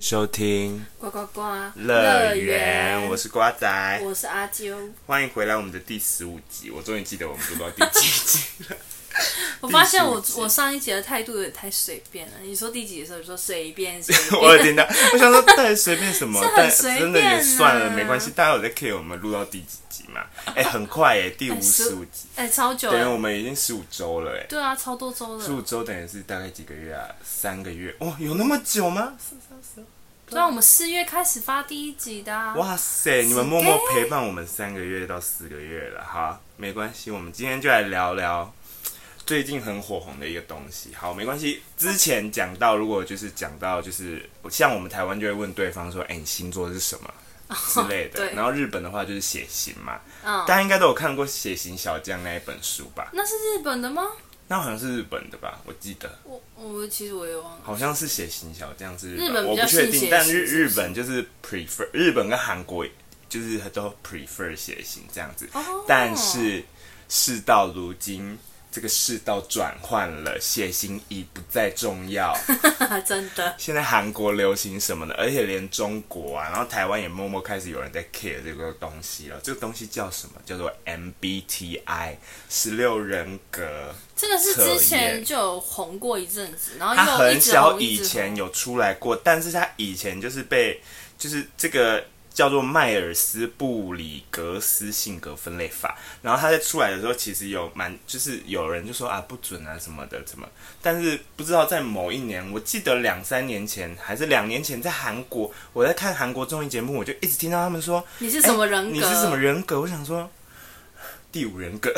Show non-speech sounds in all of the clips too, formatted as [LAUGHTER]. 收听呱呱呱乐园，我是瓜仔，啊我是阿啾。欢迎回来我们的第十五集。我终于记得我们录到第几 [LAUGHS] 集了。我发现我第十集我上一集的态度也太随便了。你说第几集的时候，你说随便随 [LAUGHS] 我有便，哎听到，我想说太随便什么 [LAUGHS] 是，很但随真的也便算了，啊没关系。大家有在 care 我们录到第几集 [LAUGHS] 嘛？哎、很快哎、第五十五集，哎、超久等于我了。们已经十五周了哎、对啊，超多周十五了。周等于是大概几个月啊？三个月哦，有那么久吗？对啊，我们四月开始发第一集的、啊。哇塞！你们默默陪伴我们三个月到四个月了，好，没关系，我们今天就来聊聊最近很火红的一个东西。好，没关系，之前讲到，如果就是讲到就是像我们台湾就会问对方说，哎、你星座是什么之类的，对然后日本的话就是血型嘛，嗯大，家应该都有看过《血型小将》那一本书吧？那是日本的吗？那好像是日本的吧，我记得。我我其实我也忘了。好像是写行小这样子，日本我不比较确信定，写但信日是日不是本就是 prefer，日本跟韩国就是都 prefer 写行这样子，哦但是事到如今。这个世道转换了，写信已不再重 [LAUGHS] 要。真的，现在韩国流行什么呢？而且连中国啊，然后台湾也默默开始有人在 care 这个东西了。这个东西叫什么？叫做 MBTI，十六人格。这个是之扯前耶就有红过一阵子，然他后又一很直小红以一直前红。有出来过，但是他以前就是被就是这个叫做迈尔斯布里格斯性格分类法，然后他在出来的时候其实有蛮就是有人就说啊不准啊什么的什么，但是不知道在某一年，我记得两三年前还是两年前在韩国，我在看韩国综艺节目，我就一直听到他们说你是什么哎人格？你是什么人格？我想说第五人格，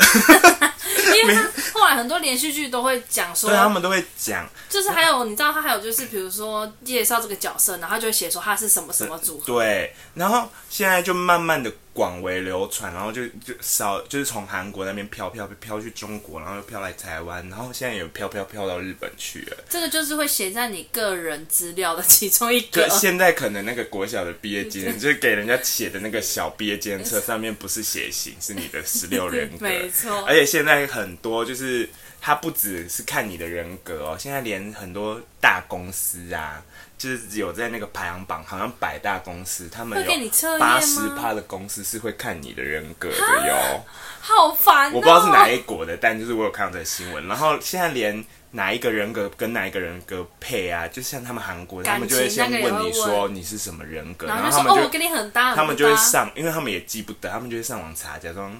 因为他后来很多连续剧都会讲 [LAUGHS] 说所以他们都会讲。就是还有，你知道他还有就是，比如说介绍这个角色，然后他就会写说他是什么什么组合，对，然后现在就慢慢的广为流传，然后就就少就是从韩国那边飘飘飘去中国，然后又飘来台湾，然后现在也飘飘飘到日本去了。这个就是会写在你个人资料的其中一就个。现在可能那个国小的毕业纪念，就是给人家写的那个小毕业纪念 [LAUGHS] 册上面不是写型，是你的十六人格。没错而且现在很多就是它不只是看你的人格哦，现在连很多大公司啊，就是有在那个排行榜，好像百大公司，他们会给你测有验八吗十趴的公司是会看你的人格 [LAUGHS] 的哟。好烦、哦！我不知道是哪一国的，但就是我有看到这个新闻。然后现在连哪一个人格跟哪一个人格配啊，就像他们韩国，他感们情就会先那个也问会你说你是什么人格，然然后后就他说哦，们我就跟你很搭，很不搭他们就会上，因为他们也记不得，他们就会上网查，假装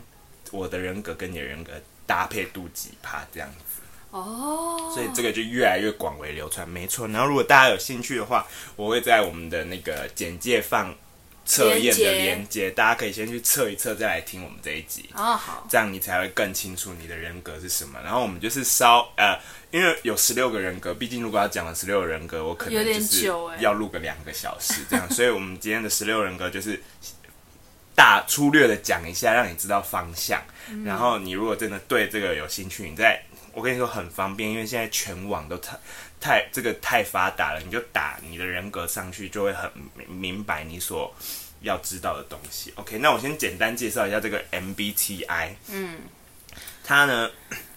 我的人格跟你的人格搭配度几趴这样子。哦，所以这个就越来越广为流传，没错。然后如果大家有兴趣的话，我会在我们的那个简介放测验的连结连接，大家可以先去测一测，再来听我们这一集。哦好，这样你才会更清楚你的人格是什么。然后我们就是稍呃，因为有十六个人格，毕竟如果要讲了十六人格，我可能有点就是久欸要录个两个小时这样，所以我们今天的十六人格就是大粗略的讲一下，让你知道方向。嗯然后你如果真的对这个有兴趣，你再我跟你说很方便，因为现在全网都太太这个太发达了，你就打你的人格上去，就会很明明白你所要知道的东西。OK，那我先简单介绍一下这个 MBTI。嗯，它呢，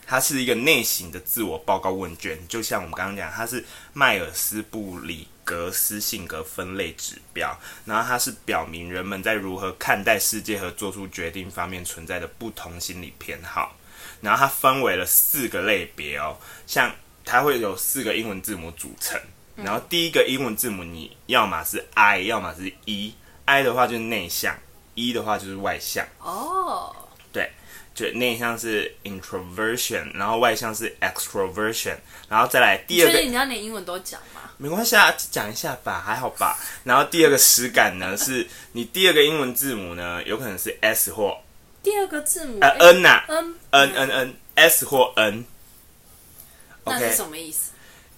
它是一个内省的自我报告问卷，就像我们刚刚讲，它是迈尔斯布里格斯性格分类指标，然后它是表明人们在如何看待世界和做出决定方面存在的不同心理偏好。然后它分为了四个类别哦，像它会有四个英文字母组成。然后第一个英文字母你要么是 I，要么是 E，I 的话就是内向，E 的话就是外向。哦，对，就内向是 introversion，然后外向是 extroversion，然后再来你第二确个定你要连英文都讲吗？没关系啊，讲一下吧，还好吧。然后第二个实感呢，是你第二个英文字母呢，有可能是 S 或第二个字母哎呃 N 呐、 N n N N S 或 N。那 OK 是什么意思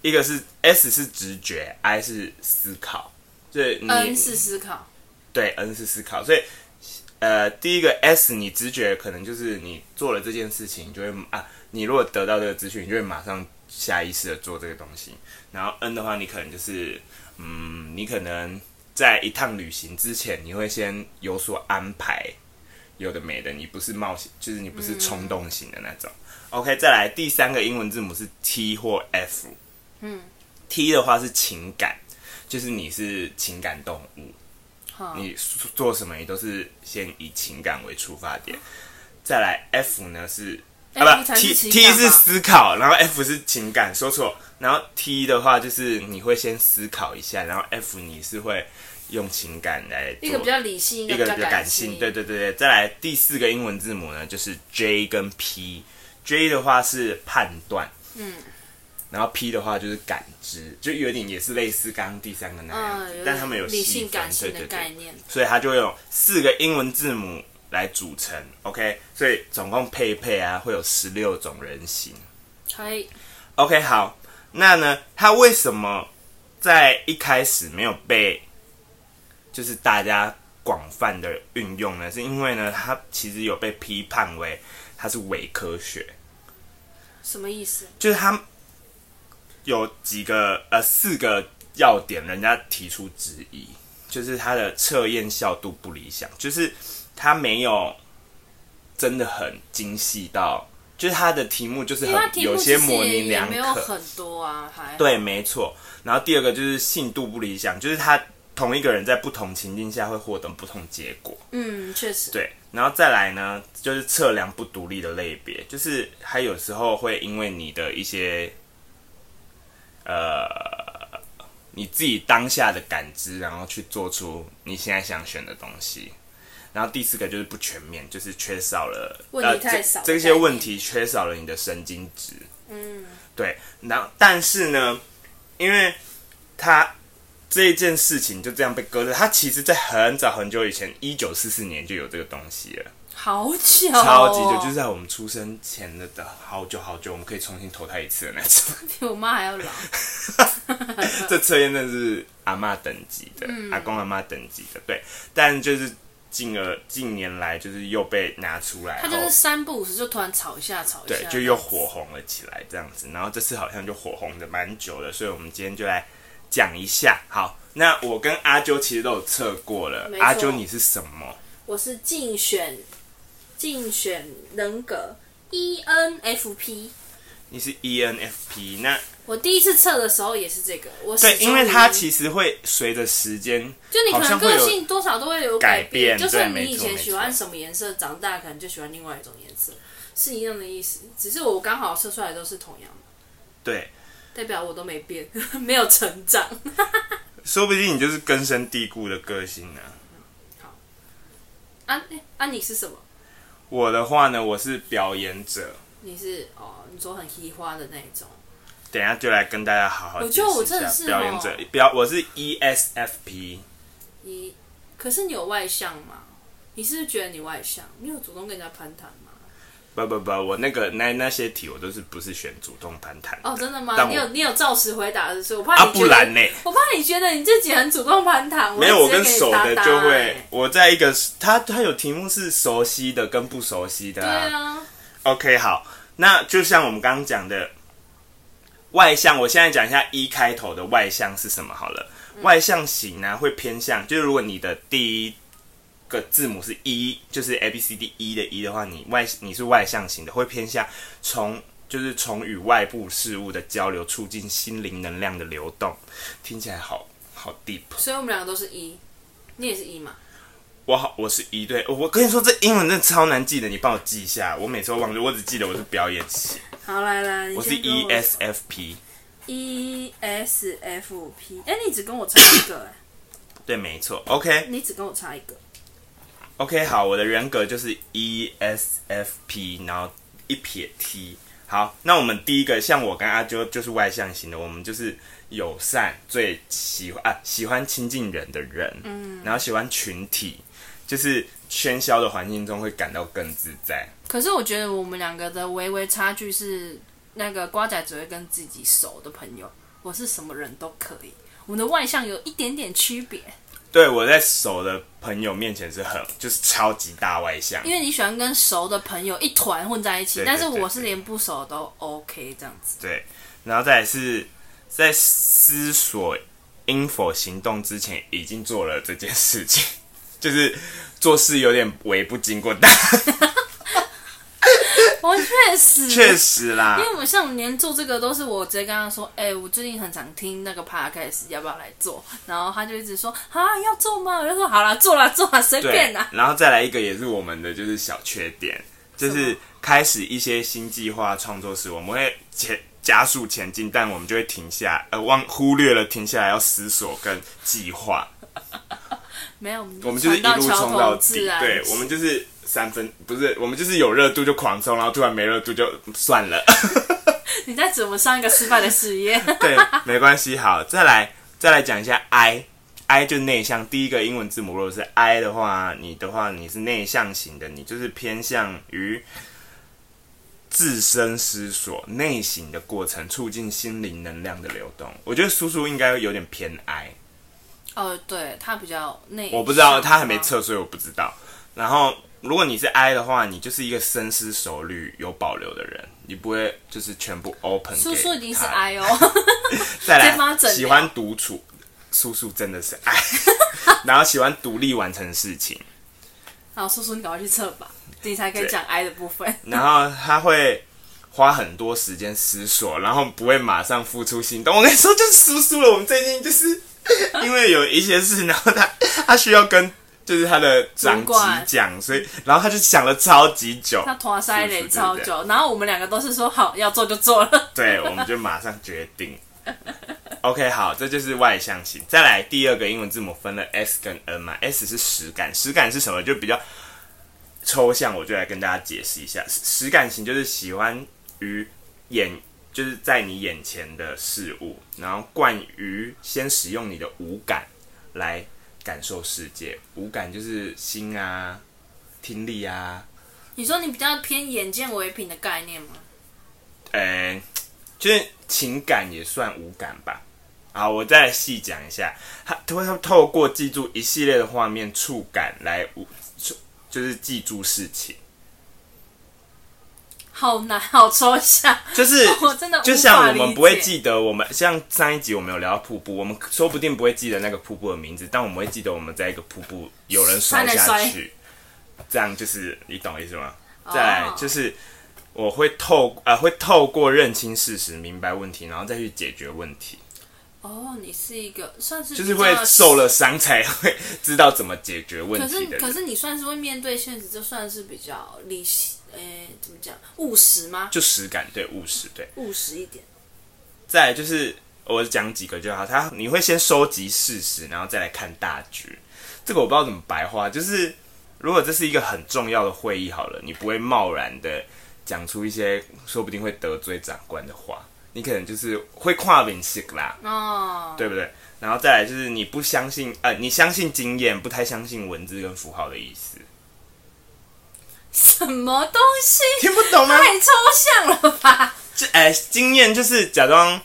一个是 S 是直觉，I 是思考，所以你？N 是思考，对 N 是思考，所以呃，第一个 S 你直觉可能就是你做了这件事情，你就会啊，你如果得到这个资讯，你就会马上下意识的做这个东西。然后 N 的话，你可能就是嗯，你可能在一趟旅行之前，你会先有所安排，有的没的，你不是冒险，就是你不是冲动型的那种。OK，再来第三个英文字母是 T 或 F，嗯，T 的话是情感。就是你是情感动物，好，你做什么你都是先以情感为出发点。再来 F 呢是啊 F 不才是 T 情 T 感是吧思考，然后 F 是情感，说错。然后 T 的话就是你会先思考一下，然后 F 你是会用情感来做一个比较理性，一个个比较感感性，对对对对。再来第四个英文字母呢，就是 J 跟 P。J 的话是判断，嗯，然后 P 的话就是感知，就有点也是类似刚刚第三个那样子，嗯，但他们有理细性分感性对对对的概念，所以它就会有四个英文字母来组成。OK，所以总共配一配啊，会有十六种人形。可以 OK，好，那呢，它为什么在一开始没有被就是大家广泛的运用呢？是因为呢，它其实有被批判为它是伪科学，什么意思？就是它有几个呃四个要点，人家提出质疑，就是它的测验效度不理想，就是它没有真的很精细到，就是它的题目就是因为它很题有目些其模实也棱也两没有可。很多啊，还对，没错。然后第二个就是信度不理想，就是他同一个人在不同情境下会获得不同结果。嗯，确实，对，然后再来呢，就是测量不独立的类别，就是它有时候会因为你的一些呃你自己当下的感知，然后去做出你现在想选的东西。然后第四个就是不全面，就是缺少了问呃题太少这这的些概问念题缺少了你的神经质。嗯，对，然后但是呢，因为他这一件事情就这样被搁着，他其实在很早很久以前，一九四四年就有这个东西了，好哦久、超级久，就是在我们出生前的好久好久，我们可以重新投胎一次的那种。 [LAUGHS] 比 [LAUGHS] 我妈还要老。这测验真的是阿嬷等级的，嗯阿公阿妈等级的，对，但就是。近而近年来，就是又被拿出来后，哦他就是三不五时就突然吵一下，吵一下，对，就又火红了起来这样子。然后这次好像就火红的蛮久了，所以我们今天就来讲一下。好，那我跟阿啾其实都有测过了没，错阿啾你是什么？我是竞选竞选人格，E ENFP。你是 E ENFP，那我第一次测的时候也是这个，我对，始终因为它以其实会随着时间，就你可好能像会个有性多少都会有改变变，就对是没你错以前没喜欢错什么颜色，长大可能就喜欢另外一种颜色，是一样的意思。只是我刚好测出来都是同样的，对，代表我都没变， [LAUGHS] 没有成长。说不定你就是根深蒂固的个性呢、啊诶啊，你是什么？我的话呢，我是表演者，你是哦，你说很奇花的那一种，等一下就来跟大家好好我解觉得我释真一的下是表演哦者。表我是 E ESFP，你可是你有外向吗？你是不是觉得你外向？你有主动跟人家攀谈吗？不不不，我那个那那些题我都是不是选主动攀谈哦，真的吗？但你我有你有照实回答的是，我怕啊，你觉得、不然呢？我怕你觉得你自己很主动攀谈，没有，我跟熟的就会会，我在一个他他有题目是熟悉的跟不熟悉的直接给你搭搭欸。对啊。啊， OK，好，那就像我们刚刚讲的外向，我现在讲一下一开头的外向是什么好了。外向型呢、会偏向，就是如果你的第一个字母是一、就是 A B C D E 一、的一、的话，你外你是外向型的，会偏向从就是从与外部事物的交流，促进心灵能量的流动。听起来好好 deep 哦。所以我们两个都是一，你也是一嘛？我好，我是一对，我跟你说，这英文真的超难记的，你帮我记一下，我每次都忘记，我只记得我是表演系，好，来来，你我是 E 先跟 ESFP， E S F P，哎、你只跟我差一个、哎，对，没错，OK 你只跟我差一个， OK，好，我的人格就是 E ESFP，然后一撇 T，好，那我们第一个，像我跟阿啾就是外向型的，我们就是友善，最喜欢啊喜欢亲近人的人，嗯，然后喜欢群体，就是喧嚣的环境中会感到更自在，可是我觉得我们两个的微微差距是，那个瓜仔只会跟自己熟的朋友，我是什么人都可以。我们的外向有一点点区别，对我在熟的朋友面前是很就是超级大外向因。为你喜欢跟熟的朋友一团混在一起，对对但是对我是对连不熟的都 OK 这样子。对，然后再来是在思索应否行动之前，已经做了这件事情，就是做事有点微不经过大我哦确 [LAUGHS] 实，确实啦因，为我们像我们连做这个都是我直接跟他说，哎、我最近很常听那个 podcast，要不要来做？然后他就一直说啊，要做吗？我就说好啦，做啦，做啦，随对便啦。。然后再来一个也是我们的就是小缺点，就什是么开始一些新计划创作时，我们会前加速前进，但我们就会停下，呃，忘忽略了停下来要思索跟计划。没有，我们我们就是一船路桥冲到头自底，然对，我们就是三分不是，我们就是有热度就狂冲，然后突然没热度就算 [LAUGHS] 了， [LAUGHS] 你在指我们上一个失败的事业，对，没关系。好，再来再来讲一下 I，I 就内向，第一个英文字母如果是 I 的话，你的话你是内向型的，你就是偏向于。自身思索、内省的过程，促进心灵能量的流动。我觉得叔叔应该有点偏 I，哦，对他比较内，我不知道，他还啊没。测，所以我不知道。然后，如果你是 I 的话，你就是一个深思熟虑、有保留的人，你不会就是全部 open 叔叔给已经是他 I 哦，再直接帮来他诊疗喜欢独处，叔叔真的是 I，然后喜欢独立完成事情，好，叔叔你赶快去测吧，你才可以对讲 I 的部分。 [LAUGHS] 然后他会。花很多时间思索，然后不会马上付出行动。我跟你说，就是叔叔了。我们最近就是 [LAUGHS] 因为有一些事，然后他 [LAUGHS] 他需要跟就是他的长级主管讲，所以然后他就想了超级久，他拖塞是嘞不是超这久，然后我们两个都是说好要做就做了。 [LAUGHS] [LAUGHS] 对，我们就马上决定。OK，好，这就是外向型。再来第二个英文字母分了 S 跟 N 嘛，S 是实感，实感是什么？就比较抽象，我就来跟大家解释一下。实实感型就是喜欢于眼，就是在你眼前的事物，然后惯于先使用你的五感来感受世界。五感就是心啊、听力啊、你说你比较偏眼见为凭的概念吗？呃，就是情感也算无感吧。好，我再来细讲一下，他透他透过记住一系列的画面触感来无，触就是记住事情，好难，好抽象，就是 [LAUGHS] 我真的无法就像我们不会理解记得我们像上一集我们有聊到瀑布，我们说不定不会记得那个瀑布的名字，但我们会记得我们在一个瀑布有人摔差下点去，这样就是你懂我意思吗？哦再来就是我会透呃会透过认清事实、明白问题，然后再去解决问题。哦，你是一个算是就是比较会受了伤才会知道怎么解决问可题是的可人，是你算是会面对现实，就算是比较理性，诶、怎么讲务实吗？就实感对务实对。务实一点。再来就是我讲几个就好，他你会先收集事实，然后再来看大局。这个我不知道怎么白话，就是如果这是一个很重要的会议好了，你不会贸然的讲出一些说不定会得罪长官的话，你可能就是会跨领性啦，哦，对不对？然后再来就是你不相信，呃，你相信经验，不太相信文字跟符号的意思，什么东西？听不懂吗？太抽象了吧！这哎、经验就是假装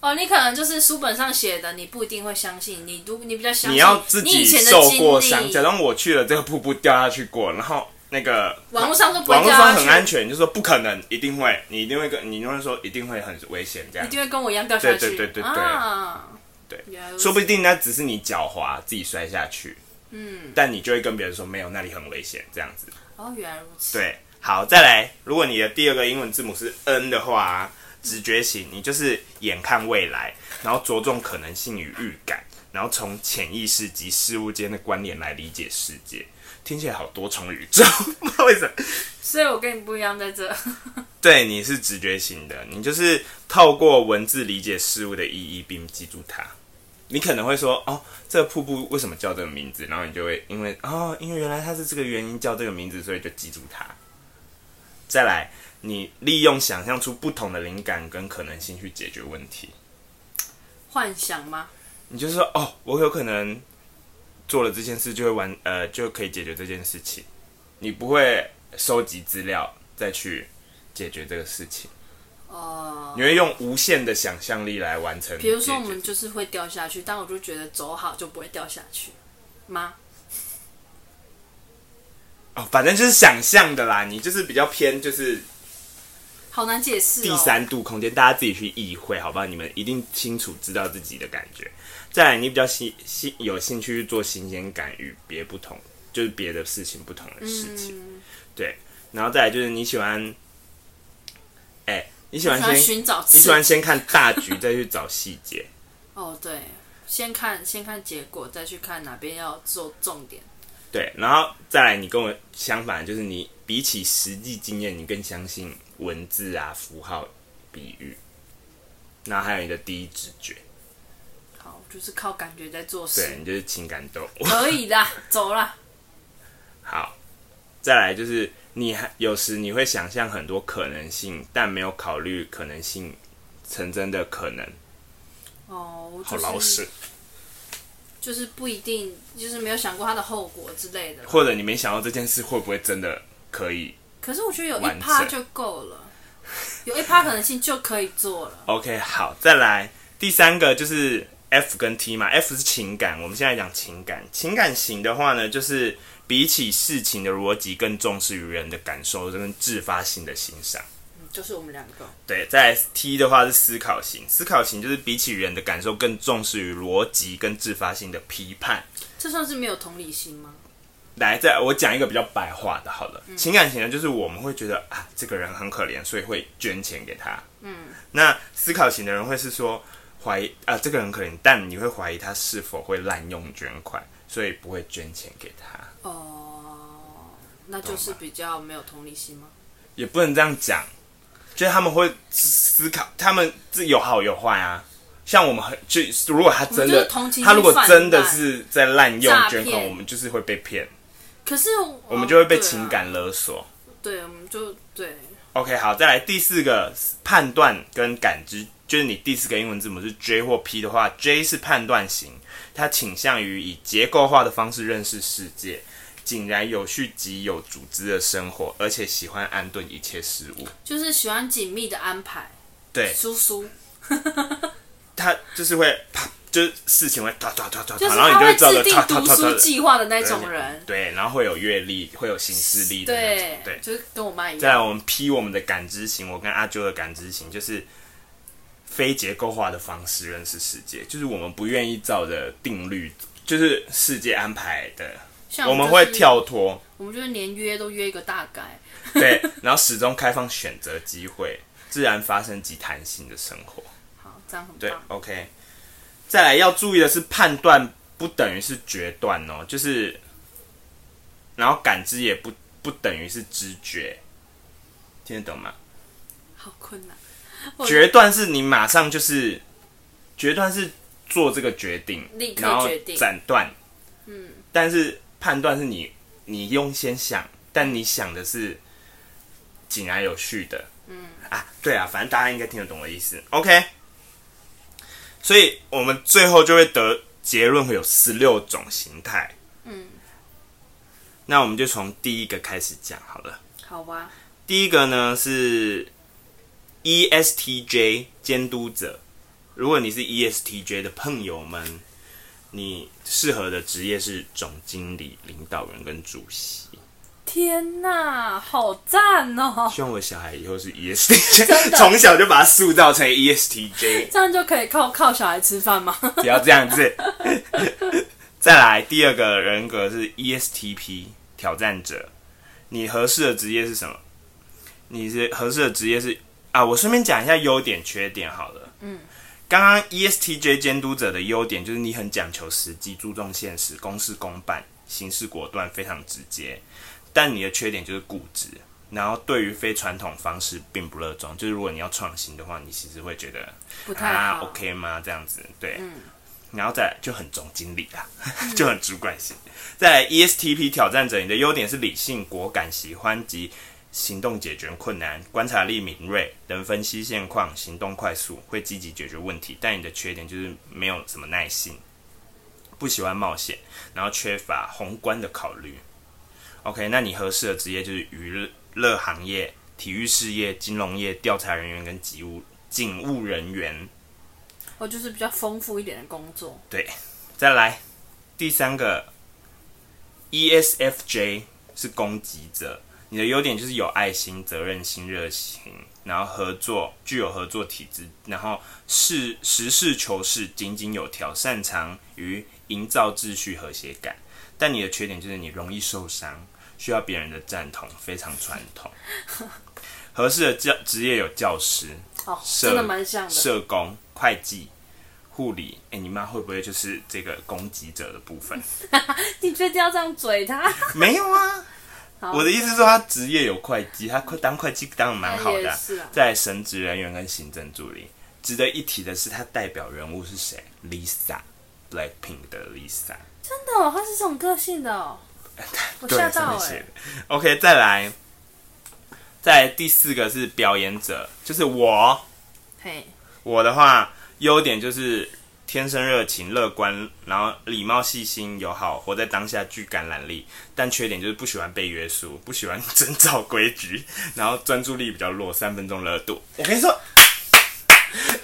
哦，你可能就是书本上写的，你不一定会相信。你如你比较相信你要自你己以前的受过经伤，历假装我去了这个瀑布掉下去过，然后那个网络上都不会网络掉下上去，很安全，就说不可能，一定会，你一定会跟你一定会说一定会很危险这样一，定会跟我一样掉下去。对对对对对啊，对原来如此说不定那只是你脚滑自己摔下去，嗯，但你就会跟别人说没有，那里很危险这样子。哦，原来如此。对，好，再来，如果你的第二个英文字母是 N 的话，直觉型，你就是眼看未来，然后着重可能性与预感，然后从潜意识及事物间的关联来理解世界。听起来好多重宇宙， [LAUGHS] 不知道为什么。所以我跟你不一样，在这对，你是直觉型的，你就是透过文字理解事物的意义并记住它。你可能会说，哦，这个瀑布为什么叫这个名字？然后你就会因为，哦，因为原来它是这个原因叫这个名字，所以就记住它。再来，你利用想象出不同的灵感跟可能性去解决问题。幻想吗？你就说，哦，我有可能做了这件事就会完，呃，就可以解决这件事情。你不会收集资料再去解决这个事情。哦、你会用无限的想象力来完成。比如说我们，就是会掉下去，但我就觉得走好就不会掉下去吗？哦，反正就是想象的啦，你就是比较偏就是好难解释、哦。第，三度空间，大家自己去意会，好不好？你们一定清楚知道自己的感觉。再来，你比较新新有兴趣去做新鲜感与别不同，就是别的事情不同的事情，嗯，对。然后再来就是你喜欢哎、你喜欢喜欢先寻找你喜刺欢激。先看大局，再去找细节。哦，对，先看先看结果，再去看哪边要做重点。对，然后再来，你跟我相反，就是你比起实际经验，你更相信文字啊、符号、比喻，然后还有你的第一直觉，好，就是靠感觉在做对事你，就是情感动 [LAUGHS] 物。可以的，走了。好，再来就是你还有时你会想象很多可能性，但没有考虑可能性成真的可能。哦，我好就是老实，就是不一定，就是没有想过它的后果之类的。或者你没想到这件事会不会真的可以可是我觉得有一完趴整就够了，有一趴可能性就可以做了。 OK，好，再来第三个就是 F 跟 T 嘛，F 是情感，我们现在讲情感。情感型的话呢，就是比起事情的逻辑，更重视于人的感受跟自发性的欣赏。嗯就是我们两个，对，再来 T 的话是思考型，思考型就是比起人的感受，更重视于逻辑跟自发性的批判。这算是没有同理心吗？来，再我讲一个比较白话的，好嗯了，情感型呢，就是我们会觉得啊，这个人很可怜，所以会捐钱给他。嗯，那思考型的人会是说怀疑啊，这个人可怜，但你会怀疑他是否会滥用捐款，所以不会捐钱给他。哦，那就是懂吧比较没有同理心吗？也不能这样讲，就是他们会思考，他们自己有好有坏啊。像我们很就如果他真我们就的是同情心他如果泛滥真的是在滥用诈捐款，骗哦我们就是会被骗，可是我我们就会被情、感勒索。对啊对，我们就对 OK，好，再来第四个判断跟感知，就是你第四个英文字母是 J 或 P 的话，J 是判断型，它倾向于以结构化的方式认识世界，井然有序及有组织的生活，而且喜欢安顿一切事物。就是喜欢紧密的安排，对，叔叔他就是会啪，就是事情会哒哒哒哒就哒，是然后他你就会照会制着定哒哒读哒书哒。计划的那种人，对，然后会有阅历，会有行事历的那种对，对，就是跟我妈一再来，样，我们批我们的感知型，我跟阿啾的感知型就是非结构化的方式认识世界，就是我们不愿意照着定律，就是世界安排的，像我们们就是会，跳脱，我们就是连约都约一个大概，对， [LAUGHS] 然后始终开放选择机会，自然发生及弹性的生活。好，这样很对棒， ，OK。再来要注意的是，判断不等于是决断哦，就是，然后感知也不不等于是知觉，听得懂吗？好困难，我决断是你马上就是，决断是做这个决定，立刻然后决定斩断。嗯，但是判断是你你用先想，但你想的是井然有序的。嗯啊，对啊，反正大家应该听得懂我的意思。OK，所以我们最后就会得结论会有十六种形态。嗯，那我们就从第一个开始讲好了。好吧，第一个呢是 E ESTJ 监督者，如果你是 E ESTJ 的朋友们，你适合的职业是总经理、领导人跟主席。天哪，好赞哦！希望我小孩以后是 E 真 ESTJ，[LAUGHS] 的从小就把他塑造成 E ESTJ，这样就可以靠靠小孩吃饭吗？ [LAUGHS] [LAUGHS] 不要这样子。再来，第二个人格是 E ESTP 挑战者，你合适的职业是什么？你是合适的职业是啊，我顺便讲一下优点缺点好了。嗯，刚刚 E ESTJ 监督者的优点就是你很讲求实际，注重现实，公事公办，行事果断，非常直接。但你的缺点就是固执，然后对于非传统方式并不热衷。就是如果你要创新的话，你其实会觉得不太啊好嗯，OK 吗？这样子对。然后再来就很总经理啦， [LAUGHS] 就很主管型。E 再来 ESTP 挑战者，你的优点是理性、果敢、喜欢及行动解决困难，观察力敏锐，能分析现况，行动快速，会积极解决问题。但你的缺点就是没有什么耐性，不喜欢冒险，然后缺乏宏观的考虑。OK，那你合适的职业就是娱乐行业、体育事业、金融业、调查人员跟警务警务人员。我就是比较丰富一点的工作，对，再来第三个，ESFJ 是攻击者，你的优点就是有爱心、责任心、热情，然后合作，具有合作体质，然后是实事求是、井井有条，擅长于营造秩序和谐感。但你的缺点就是你容易受伤，需要别人的赞同，非常传统。合适的教职业有教师、哦，社真的蛮像的。社工、会计、护理。哎、你妈会不会就是这个攻击者的部分？ [LAUGHS] 你确定要这样嘴他？ [LAUGHS] 没有啊，好我的意思是说，他职业有会计，他会当会计当然蛮好他的、也是啊在神职人员跟行政助理，值得一提的是，他代表人物是谁？Lisa。Blackpink 的 Lisa，真的、哦，他是这种个性的、哦，[LAUGHS] 我对，吓上到面哎、写的。OK，再来，再来第四个是表演者，就是我。嘿，我的话，优点就是天生热情、乐观，然后礼貌、细心、友好，活在当下，具感染力。但缺点就是不喜欢被约束，不喜欢遵照规矩， [LAUGHS] 然后专注力比较弱，三分钟热度。我跟你说，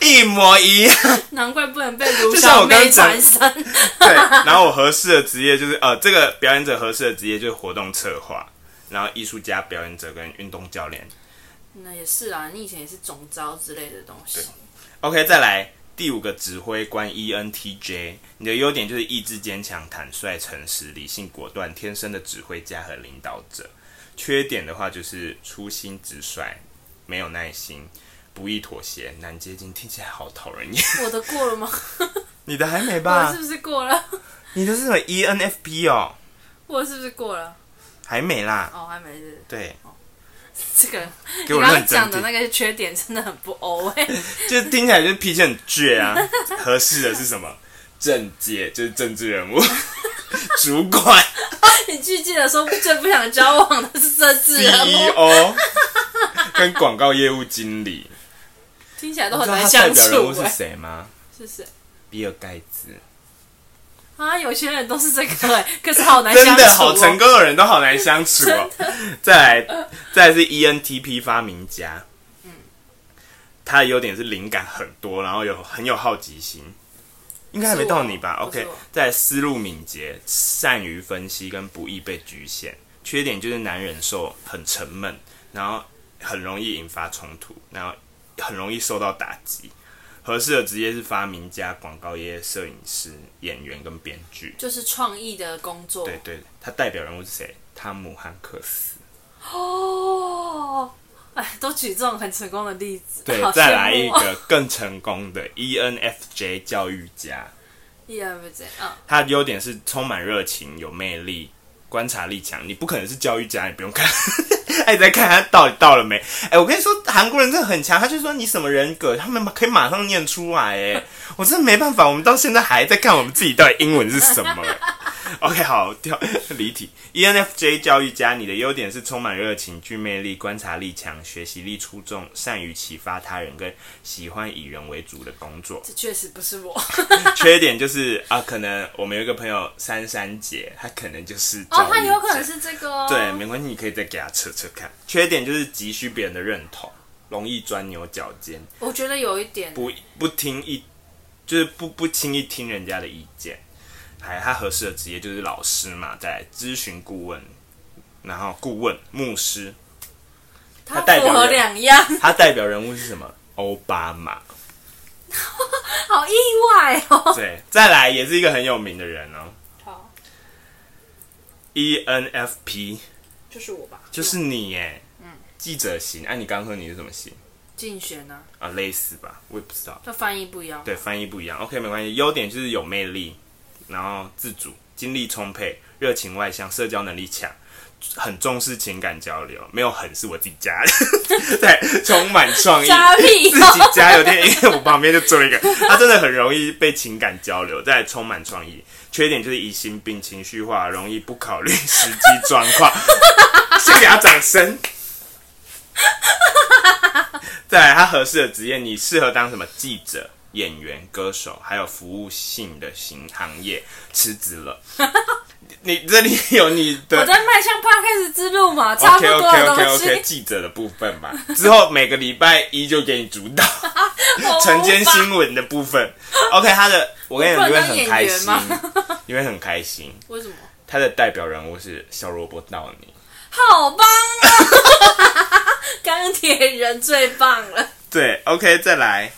一模一样。难怪不能被卢就像小我刚妹刚讲缠身。 [LAUGHS] 对，然后我合适的职业就是呃，这个表演者合适的职业就是活动策划，然后艺术家、表演者跟运动教练。那也是啊，你以前也是总招之类的东西。 OK，再来第五个指挥官 E ENTJ，你的优点就是意志坚强、坦率、诚实、理性、果断，天生的指挥家和领导者。缺点的话就是粗心直率、没有耐心、不易妥协、难接近，听起来好讨人厌。 [LAUGHS] 我的过了吗？你的还没我吧是？不是过了？你的是什么 ENFP 哦？我是不是过了？还没啦。哦，还没是 [LAUGHS] 对，这个。给你我刚认刚真讲的听那，个缺点真的很不欧哎、就听起来就是脾气很倔 [LAUGHS] 啊。合适的是什么？政界就是政治人物、 [LAUGHS] 主管、你记不记得说最不想交往的是这 [LAUGHS] 字人物， CEO E 跟广告业务经理，听起来都你很知道难他相代表人处物是哎、谁吗？是谁？比尔盖茨，啊，有些人都是这个哎、可是好难相处、真哦。的好成功的人都好难相处哦。再来，再来是 E ENTP 发明家，他的优点是灵感很多，然后有很有好奇心。应该还没到你吧是我不是？OK，我再来思路敏捷，善于分析跟不易被局限。缺点就是难忍受，很沉闷，然后很容易引发冲突，然后很容易受到打击。合适的职业是发明家、广告业、摄影师、演员跟编剧。就是创意的工作。对对，他代表人物是谁？汤姆汉克斯。哦，哎，都举这种很成功的例子。对好，再来羡一慕哦。个更成功的 E ENFJ 教育家， e m j 啊，他的优点是充满热情、有魅力、观察力强。你不可能是教育家，你不用看。 [LAUGHS] 哎，你在看他到底到了没？哎、我跟你说，韩国人真的很强，他就说你什么人格，他们可以马上念出来。哎，我真的没办法，我们到现在还在看我们自己到底英文是什么。OK，好，跳离题。ENFJ E 教育家，你的优点是充满热情、具魅力、观察力强、学习力出众、善于启发他人跟喜欢以人为主的工作。这确实不是我。缺点就是啊，可能我们有一个朋友珊珊姐，她可能就是哦，他有可焦虑能症是这个、哦。对，没关系，你可以再给她测测看。缺点就是急需别人的认同，容易钻牛角尖，我觉得有一点。不不听一就是不不轻易听人家的意见。还他合适的职业就是老师嘛，在咨询顾问，然后顾问牧师，他他代符表合人两样，他代表人物是什么？奥巴马。好意外哦。对，再来也是一个很有名的人哦，E 好， ，ENFP。就是我吧。就是你耶，记者型。哎、你刚刚说你是什么型竞选呢、啊，啊？类似吧，我也不知道。这翻译不一样。对，翻译不一样。OK，没关系。优点就是有魅力，然后自主，精力充沛，热情外向，社交能力强，很重视情感交流。没有很是我自己加的， [LAUGHS] 对，充满创意。加屁哦自己家有点，因为我旁边就坐一个， [LAUGHS] 他真的很容易被情感交流，再来充满创意。缺点就是疑心病、情绪化，容易不考虑实际状况。 [LAUGHS] 先给他掌声。再来，他合适的职业，你适合当什么记者、演员、歌手，还有服务性的行行业，辞职了。 [LAUGHS] 你这里有你的我在迈向 p 开始之路嘛，差不 OK 多 OK 的 OK 东西。 [LAUGHS] OK 记者的部分嘛，之后每个礼拜一就给你主导我 [LAUGHS] 晨间无法新闻的部分。OK，他的我跟你讲，我你不能会当很演开员心吗， [LAUGHS] 你会很开心。为什么？他的代表人物是小萝卜道尼，好棒啊！钢铁人最棒了。对，OK，再来，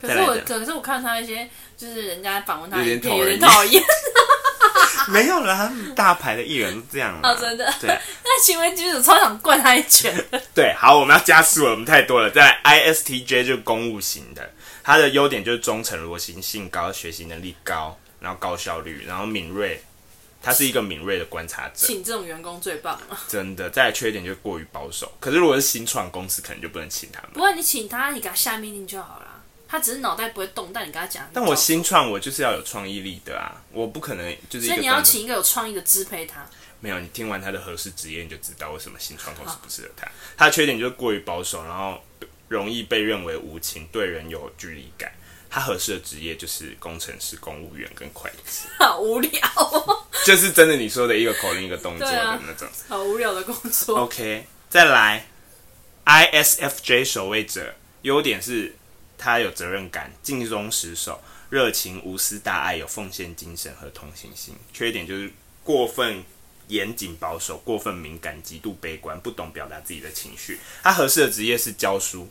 可再是来我，一个可是我看他一些，就是人家访问他的有点影片，讨有人点讨厌。没有啦，他们大牌的艺人都这样啦啊啊哦真的对，那行为举止超想灌他一 [LAUGHS] 拳的。对，好，我们要加速了，我们太多了。在 ISTJ 就是公务型的，它的优点就是忠诚、逻辑性高、学习能力高，然后高效率，然后敏锐。他是一个敏锐的观察者，请这种员工最棒啊了。真的。再来缺点就是过于保守。可是如果是新创公司，可能就不能请他不们。过你请他，你给他下命令就好了。他只是脑袋不会动，但你跟他讲。但我新创，我就是要有创意力的啊，我不可能就是一所个专门。以你要请一个有创意的支配他。 [LAUGHS] 没有，你听完他的合适职业，你就知道为什么新创公司不适合他。他的缺点就是过于保守，然后容易被认为无情，对人有距离感。他合适的职业就是工程师、公务员跟会计，好无聊哦，就是真的你说的一个口令一个动作对的啊那种。好无聊的工作。 OK，再来，ISFJ 守卫者优点是他有责任感、尽忠职守、热情、无私大爱、有奉献精神和同情心。缺点就是过分严谨、保守、过分敏感、极度悲观、不懂表达自己的情绪。他合适的职业是教书、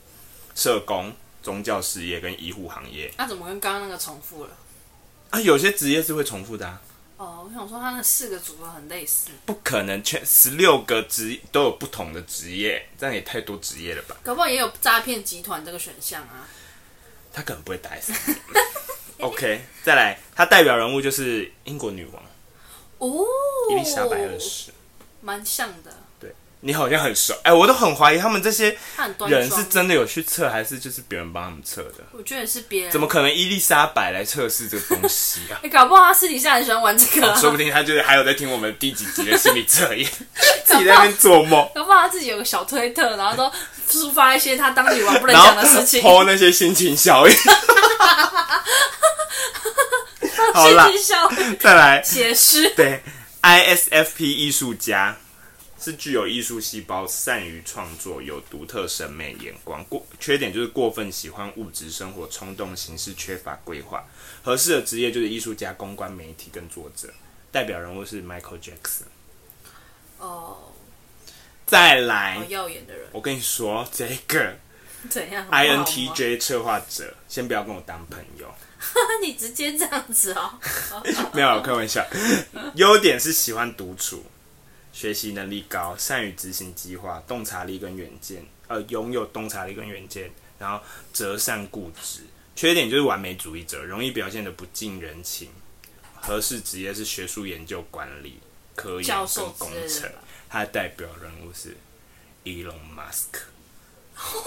社工、宗教事业跟医护行业那、怎么跟刚刚那个重复了？啊，有些职业是会重复的、啊。哦，我想说他那四个组合很类似，不可能全十六个职都有不同的职业，这样也太多职业了吧？搞不好也有诈骗集团这个选项啊。他可能不会打 S。OK，再来，他代表人物就是英国女王哦，伊丽莎白二世。蛮像的，对你好像很熟，哎、我都很怀疑他们这些他很端庄。人是真的有去测，还是就是别人帮他们测的？我觉得是别人怎么？可能伊丽莎白来测试这个东西啊 [LAUGHS] ？你、搞不好他私底下很喜欢玩这个、啊说不定他就是还有在听我们第几集的心理测验，自己在那边做梦，搞不好他自己有个小推特，然后都抒发一些他当女王不能然后 [LAUGHS] 讲的事情。 [LAUGHS] 剖那些心情效应。好啦心，情小再来，[LAUGHS] 解释，对，ISFP 艺术家是具有艺术细胞，善于创作，有独特审美眼光。过缺点就是过分喜欢物质生活，冲动行事，缺乏规划。合适的职业就是艺术家、公关、媒体跟作者。代表人物是 Michael Jackson。哦，再来好，耀眼的人我跟你说，这个怎样 INTJ 策划者，先不要跟我当朋友。那你直接这样子哦。 [LAUGHS] 没有，开玩笑。优点是喜欢独处，学习能力高，善于执行计划，洞察力跟远见，呃，拥有洞察力跟远见，然后择善固执。缺点就是完美主义者，容易表现的不近人情。合适职业是学术研究管理、科研教跟授工之类的程吧。他的代表人物是 Elon Musk，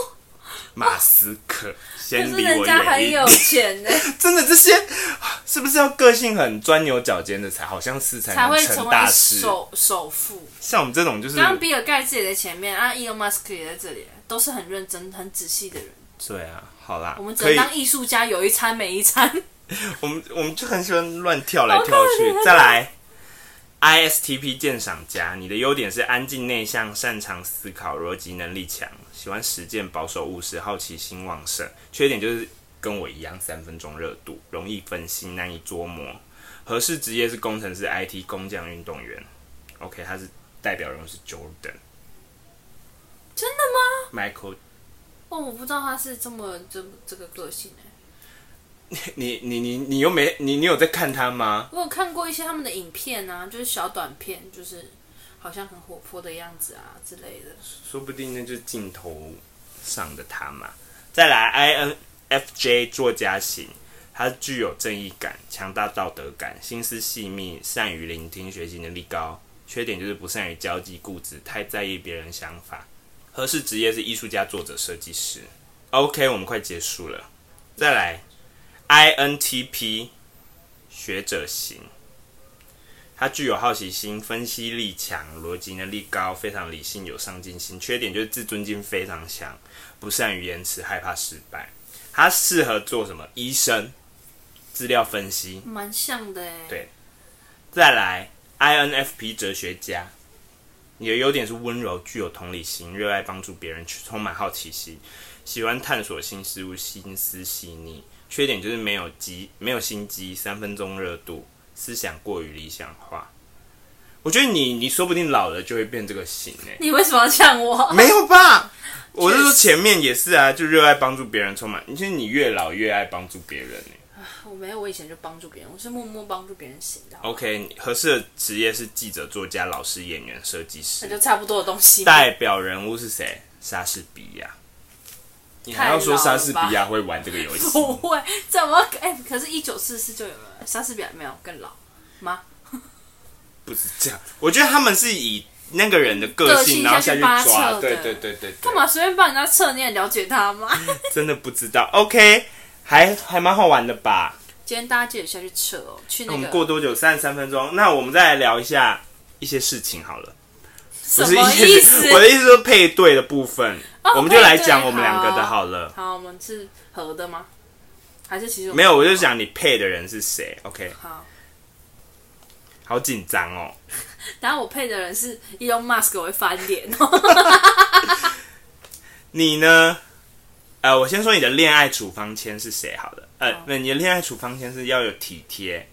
马斯 [LAUGHS] 克。可先是离我人家远很一点有。钱呢，真的这些 [SIGHS] 啊是不是要个性很钻牛角尖的才好像是才才能会成成大为事？首首富。像我们这种就是刚刚比尔盖茨也在前面，啊，Elon Musk 也在这里，都是很认真、很仔细的人。对啊，好啦，我们只可能以，当艺术家，有一餐没一餐。 [LAUGHS] 我们我们就很喜欢乱跳来好跳去可。怜啊再来，ISTP 鉴赏家，你的优点是安静内向，擅长思考，逻辑能力强，喜欢实践，保守务实，好奇心旺盛。缺点就是跟我一样，三分钟热度，容易分心，难以捉摸。合适职业是工程师、IT 工匠、运动员。OK，他是代表人物是 Jordan。真的吗？ Michael，哦，我不知道他是这么这么这个个性哎。你你你你又没你你有在看他吗？我有看过一些他们的影片啊，就是小短片，就是好像很活泼的样子啊之类的。说不定那就是镜头上的他嘛。再来，INFJ 作家型，他具有正义感、强大道德感、心思细密、善于聆听、学习能力高。缺点就是不善于交际、固执，太在意别人想法。合适职业是艺术家、作者、设计师。OK，我们快结束了。再来，INTP 学者型，他具有好奇心、分析力强、逻辑能力高，非常理性，有上进心。缺点就是自尊心非常强，不善于延迟，害怕失败。他适合做什么？医生、资料分析。蛮像的哎。对再来，INFP 哲学家，你的优点是温柔，具有同理心，热爱帮助别人，充满好奇心，喜欢探索新事物，心思细腻。缺点就是没有机，没有心机，三分钟热度，思想过于理想化。我觉得你，你说不定老了就会变这个型欸诶、你为什么要呛我？没有吧？我是说前面也是啊，就热爱帮助别人，充满，其实你越老越爱帮助别人、欸、我没有，我以前就帮助别人，我是默默帮助别人型的， OK，你合适的职业是记者、作家、老师、演员、设计那师。就差不多的东西嘛。代表人物是谁？莎士比亚。你还要说莎士比亚会玩这个游戏？ [LAUGHS] [LAUGHS] 不会，怎么可？哎、可是，一九四四就有了，莎士比亚没有更老吗？不是这样，我觉得他们是以那个人的个性，个性然后下去下去抓扒。测的对对对对对。干嘛随便帮人家测？你也了解他吗？真的不知道。OK，还还蛮好玩的吧？ [LAUGHS] 今天大家记得下去测哦，去那我那们个过多久？三十三分钟。那我们再来聊一下一些事情好了。什不么是一意些思？ [LAUGHS] 我的意思说配对的部分，哦我们就来配讲对我们两个的好好了。好，我们是合的吗？还是其实我们没有，我就讲你配的人是谁。OK，好？好紧张哦。然后我配的人是 Elon Musk，我会翻脸。哦你呢？呃，我先说你的恋爱处方签是谁好了。呃好，那你的恋爱处方签是要有体贴，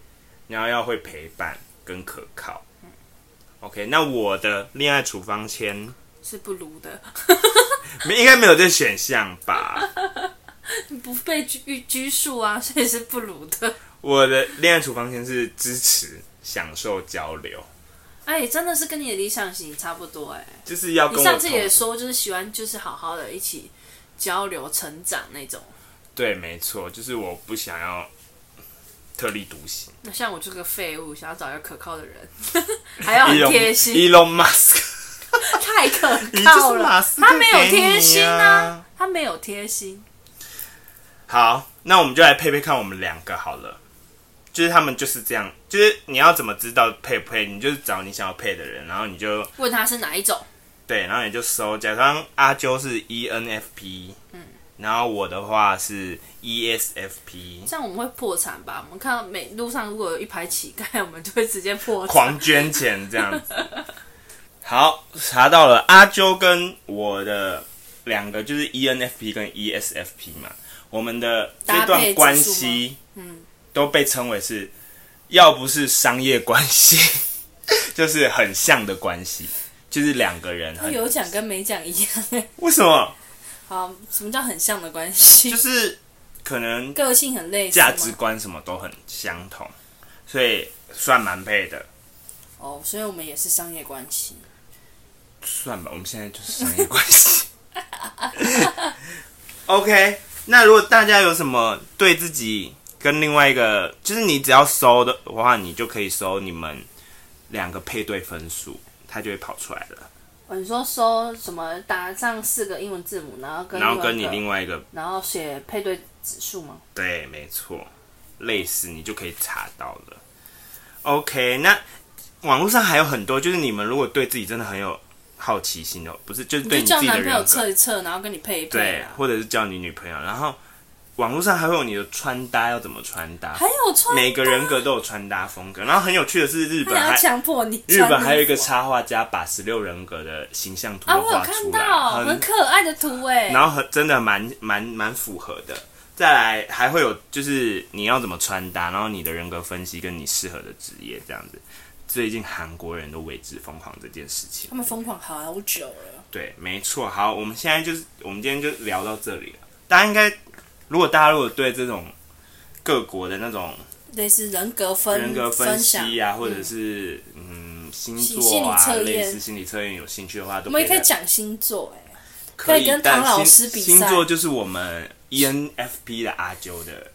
然后要会陪伴跟可靠。OK，那我的恋爱处方签 [LAUGHS] [LAUGHS] 是不如的，没应该没有这选项吧？不被拘拘束啊，所以是不如的。 [LAUGHS] 我的恋爱处方签是支持、享受、交流，哎、真的是跟你的理想型差不多哎、就是要跟你我上次同也说，就是喜欢就是好好的一起交流成长那种。对，没错，就是我不想要特立独行。那像我这个废物，想要找一个可靠的人， [LAUGHS] 还要很哦贴心， Elon Musk，太可你就靠是了。马斯克、他没有贴心啊。啊，他没有贴心。好，那我们就来配配看我们两个好了。就是他们就是这样，就是你要怎么知道配不配，你就是找你想要配的人，然后你就问他是哪一种？对，然后你就搜。假装阿啾是 E ENFP，嗯，然后我的话是 E ESFP，这样我们会破产吧？我们看到每路上如果有一排乞丐，我们就会直接破产。狂捐钱这样子。好，查到了阿啾跟我的两个就是 E ENFP 跟 ESFP 嘛，我们的这搭配指段数关吗系，嗯，都被称为是，要不是商业关系， [LAUGHS] 就是很像的关系，就是两个人很有讲跟没讲一样。 [LAUGHS] 为什么？好，什么叫很像的关系？就是可能个性很类似吗价值观什么都很相同，所以算蛮配的，哦，所以我们也是商业关系。算吧。我们现在就是商业关系。OK，那如果大家有什么对自己跟另外一个，就是你只要搜的话，你就可以搜你们两个配对分数，它就会跑出来了。哦，你说搜什么？打上四个英文字母，然后跟然后跟你一个另外一个然后写配对指数吗？对，没错，类似你就可以查到了。OK，那网络上还有很多，就是你们如果对自己真的很有好奇心的，不是就是对你就自叫己的男人朋格友，测一测，然后跟你配一配、对啊。，或者是叫你女朋友，然后网络上还会有你的穿搭要怎么穿搭，还有穿搭每个人格都有穿搭风格。然后很有趣的是，日他本还要还强迫你穿日本还有一个衣服插画家把十六人格的形象图啊，都我有画看出来，到很很可爱的图哎、然后很真的蛮蛮蛮符合的。再来还会有就是你要怎么穿搭，然后你的人格分析跟你适合的职业这样子。最近韩国人都为之疯狂这件事情他，们疯狂好啊久了，对，没错。好，我们现在就是我们今天就聊到这里了。大家应该，如果大家如果对这种各国的那种类似人格分人格分享析啊，或者是嗯星心座啊心理测验类似心理测验有兴趣的话，都我们也可以在讲星座哎、可可以跟但唐老星师比赛星座就是我们 E ENFP 的阿啾 [LAUGHS] 的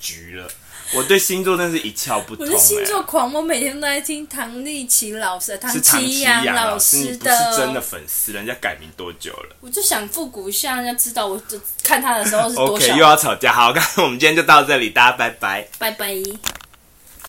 局了。我对星座真是一窍不我通、是星座哎狂，我每天都在听唐立奇老师、呃唐是唐奇阳啊阳老你师不啊是真的粉丝，人家改名多久了我就想复古一下，让人家知道我这看他的时候是多？OK，小。又要吵架，好，那我们今天就到这里，大家拜拜。拜拜。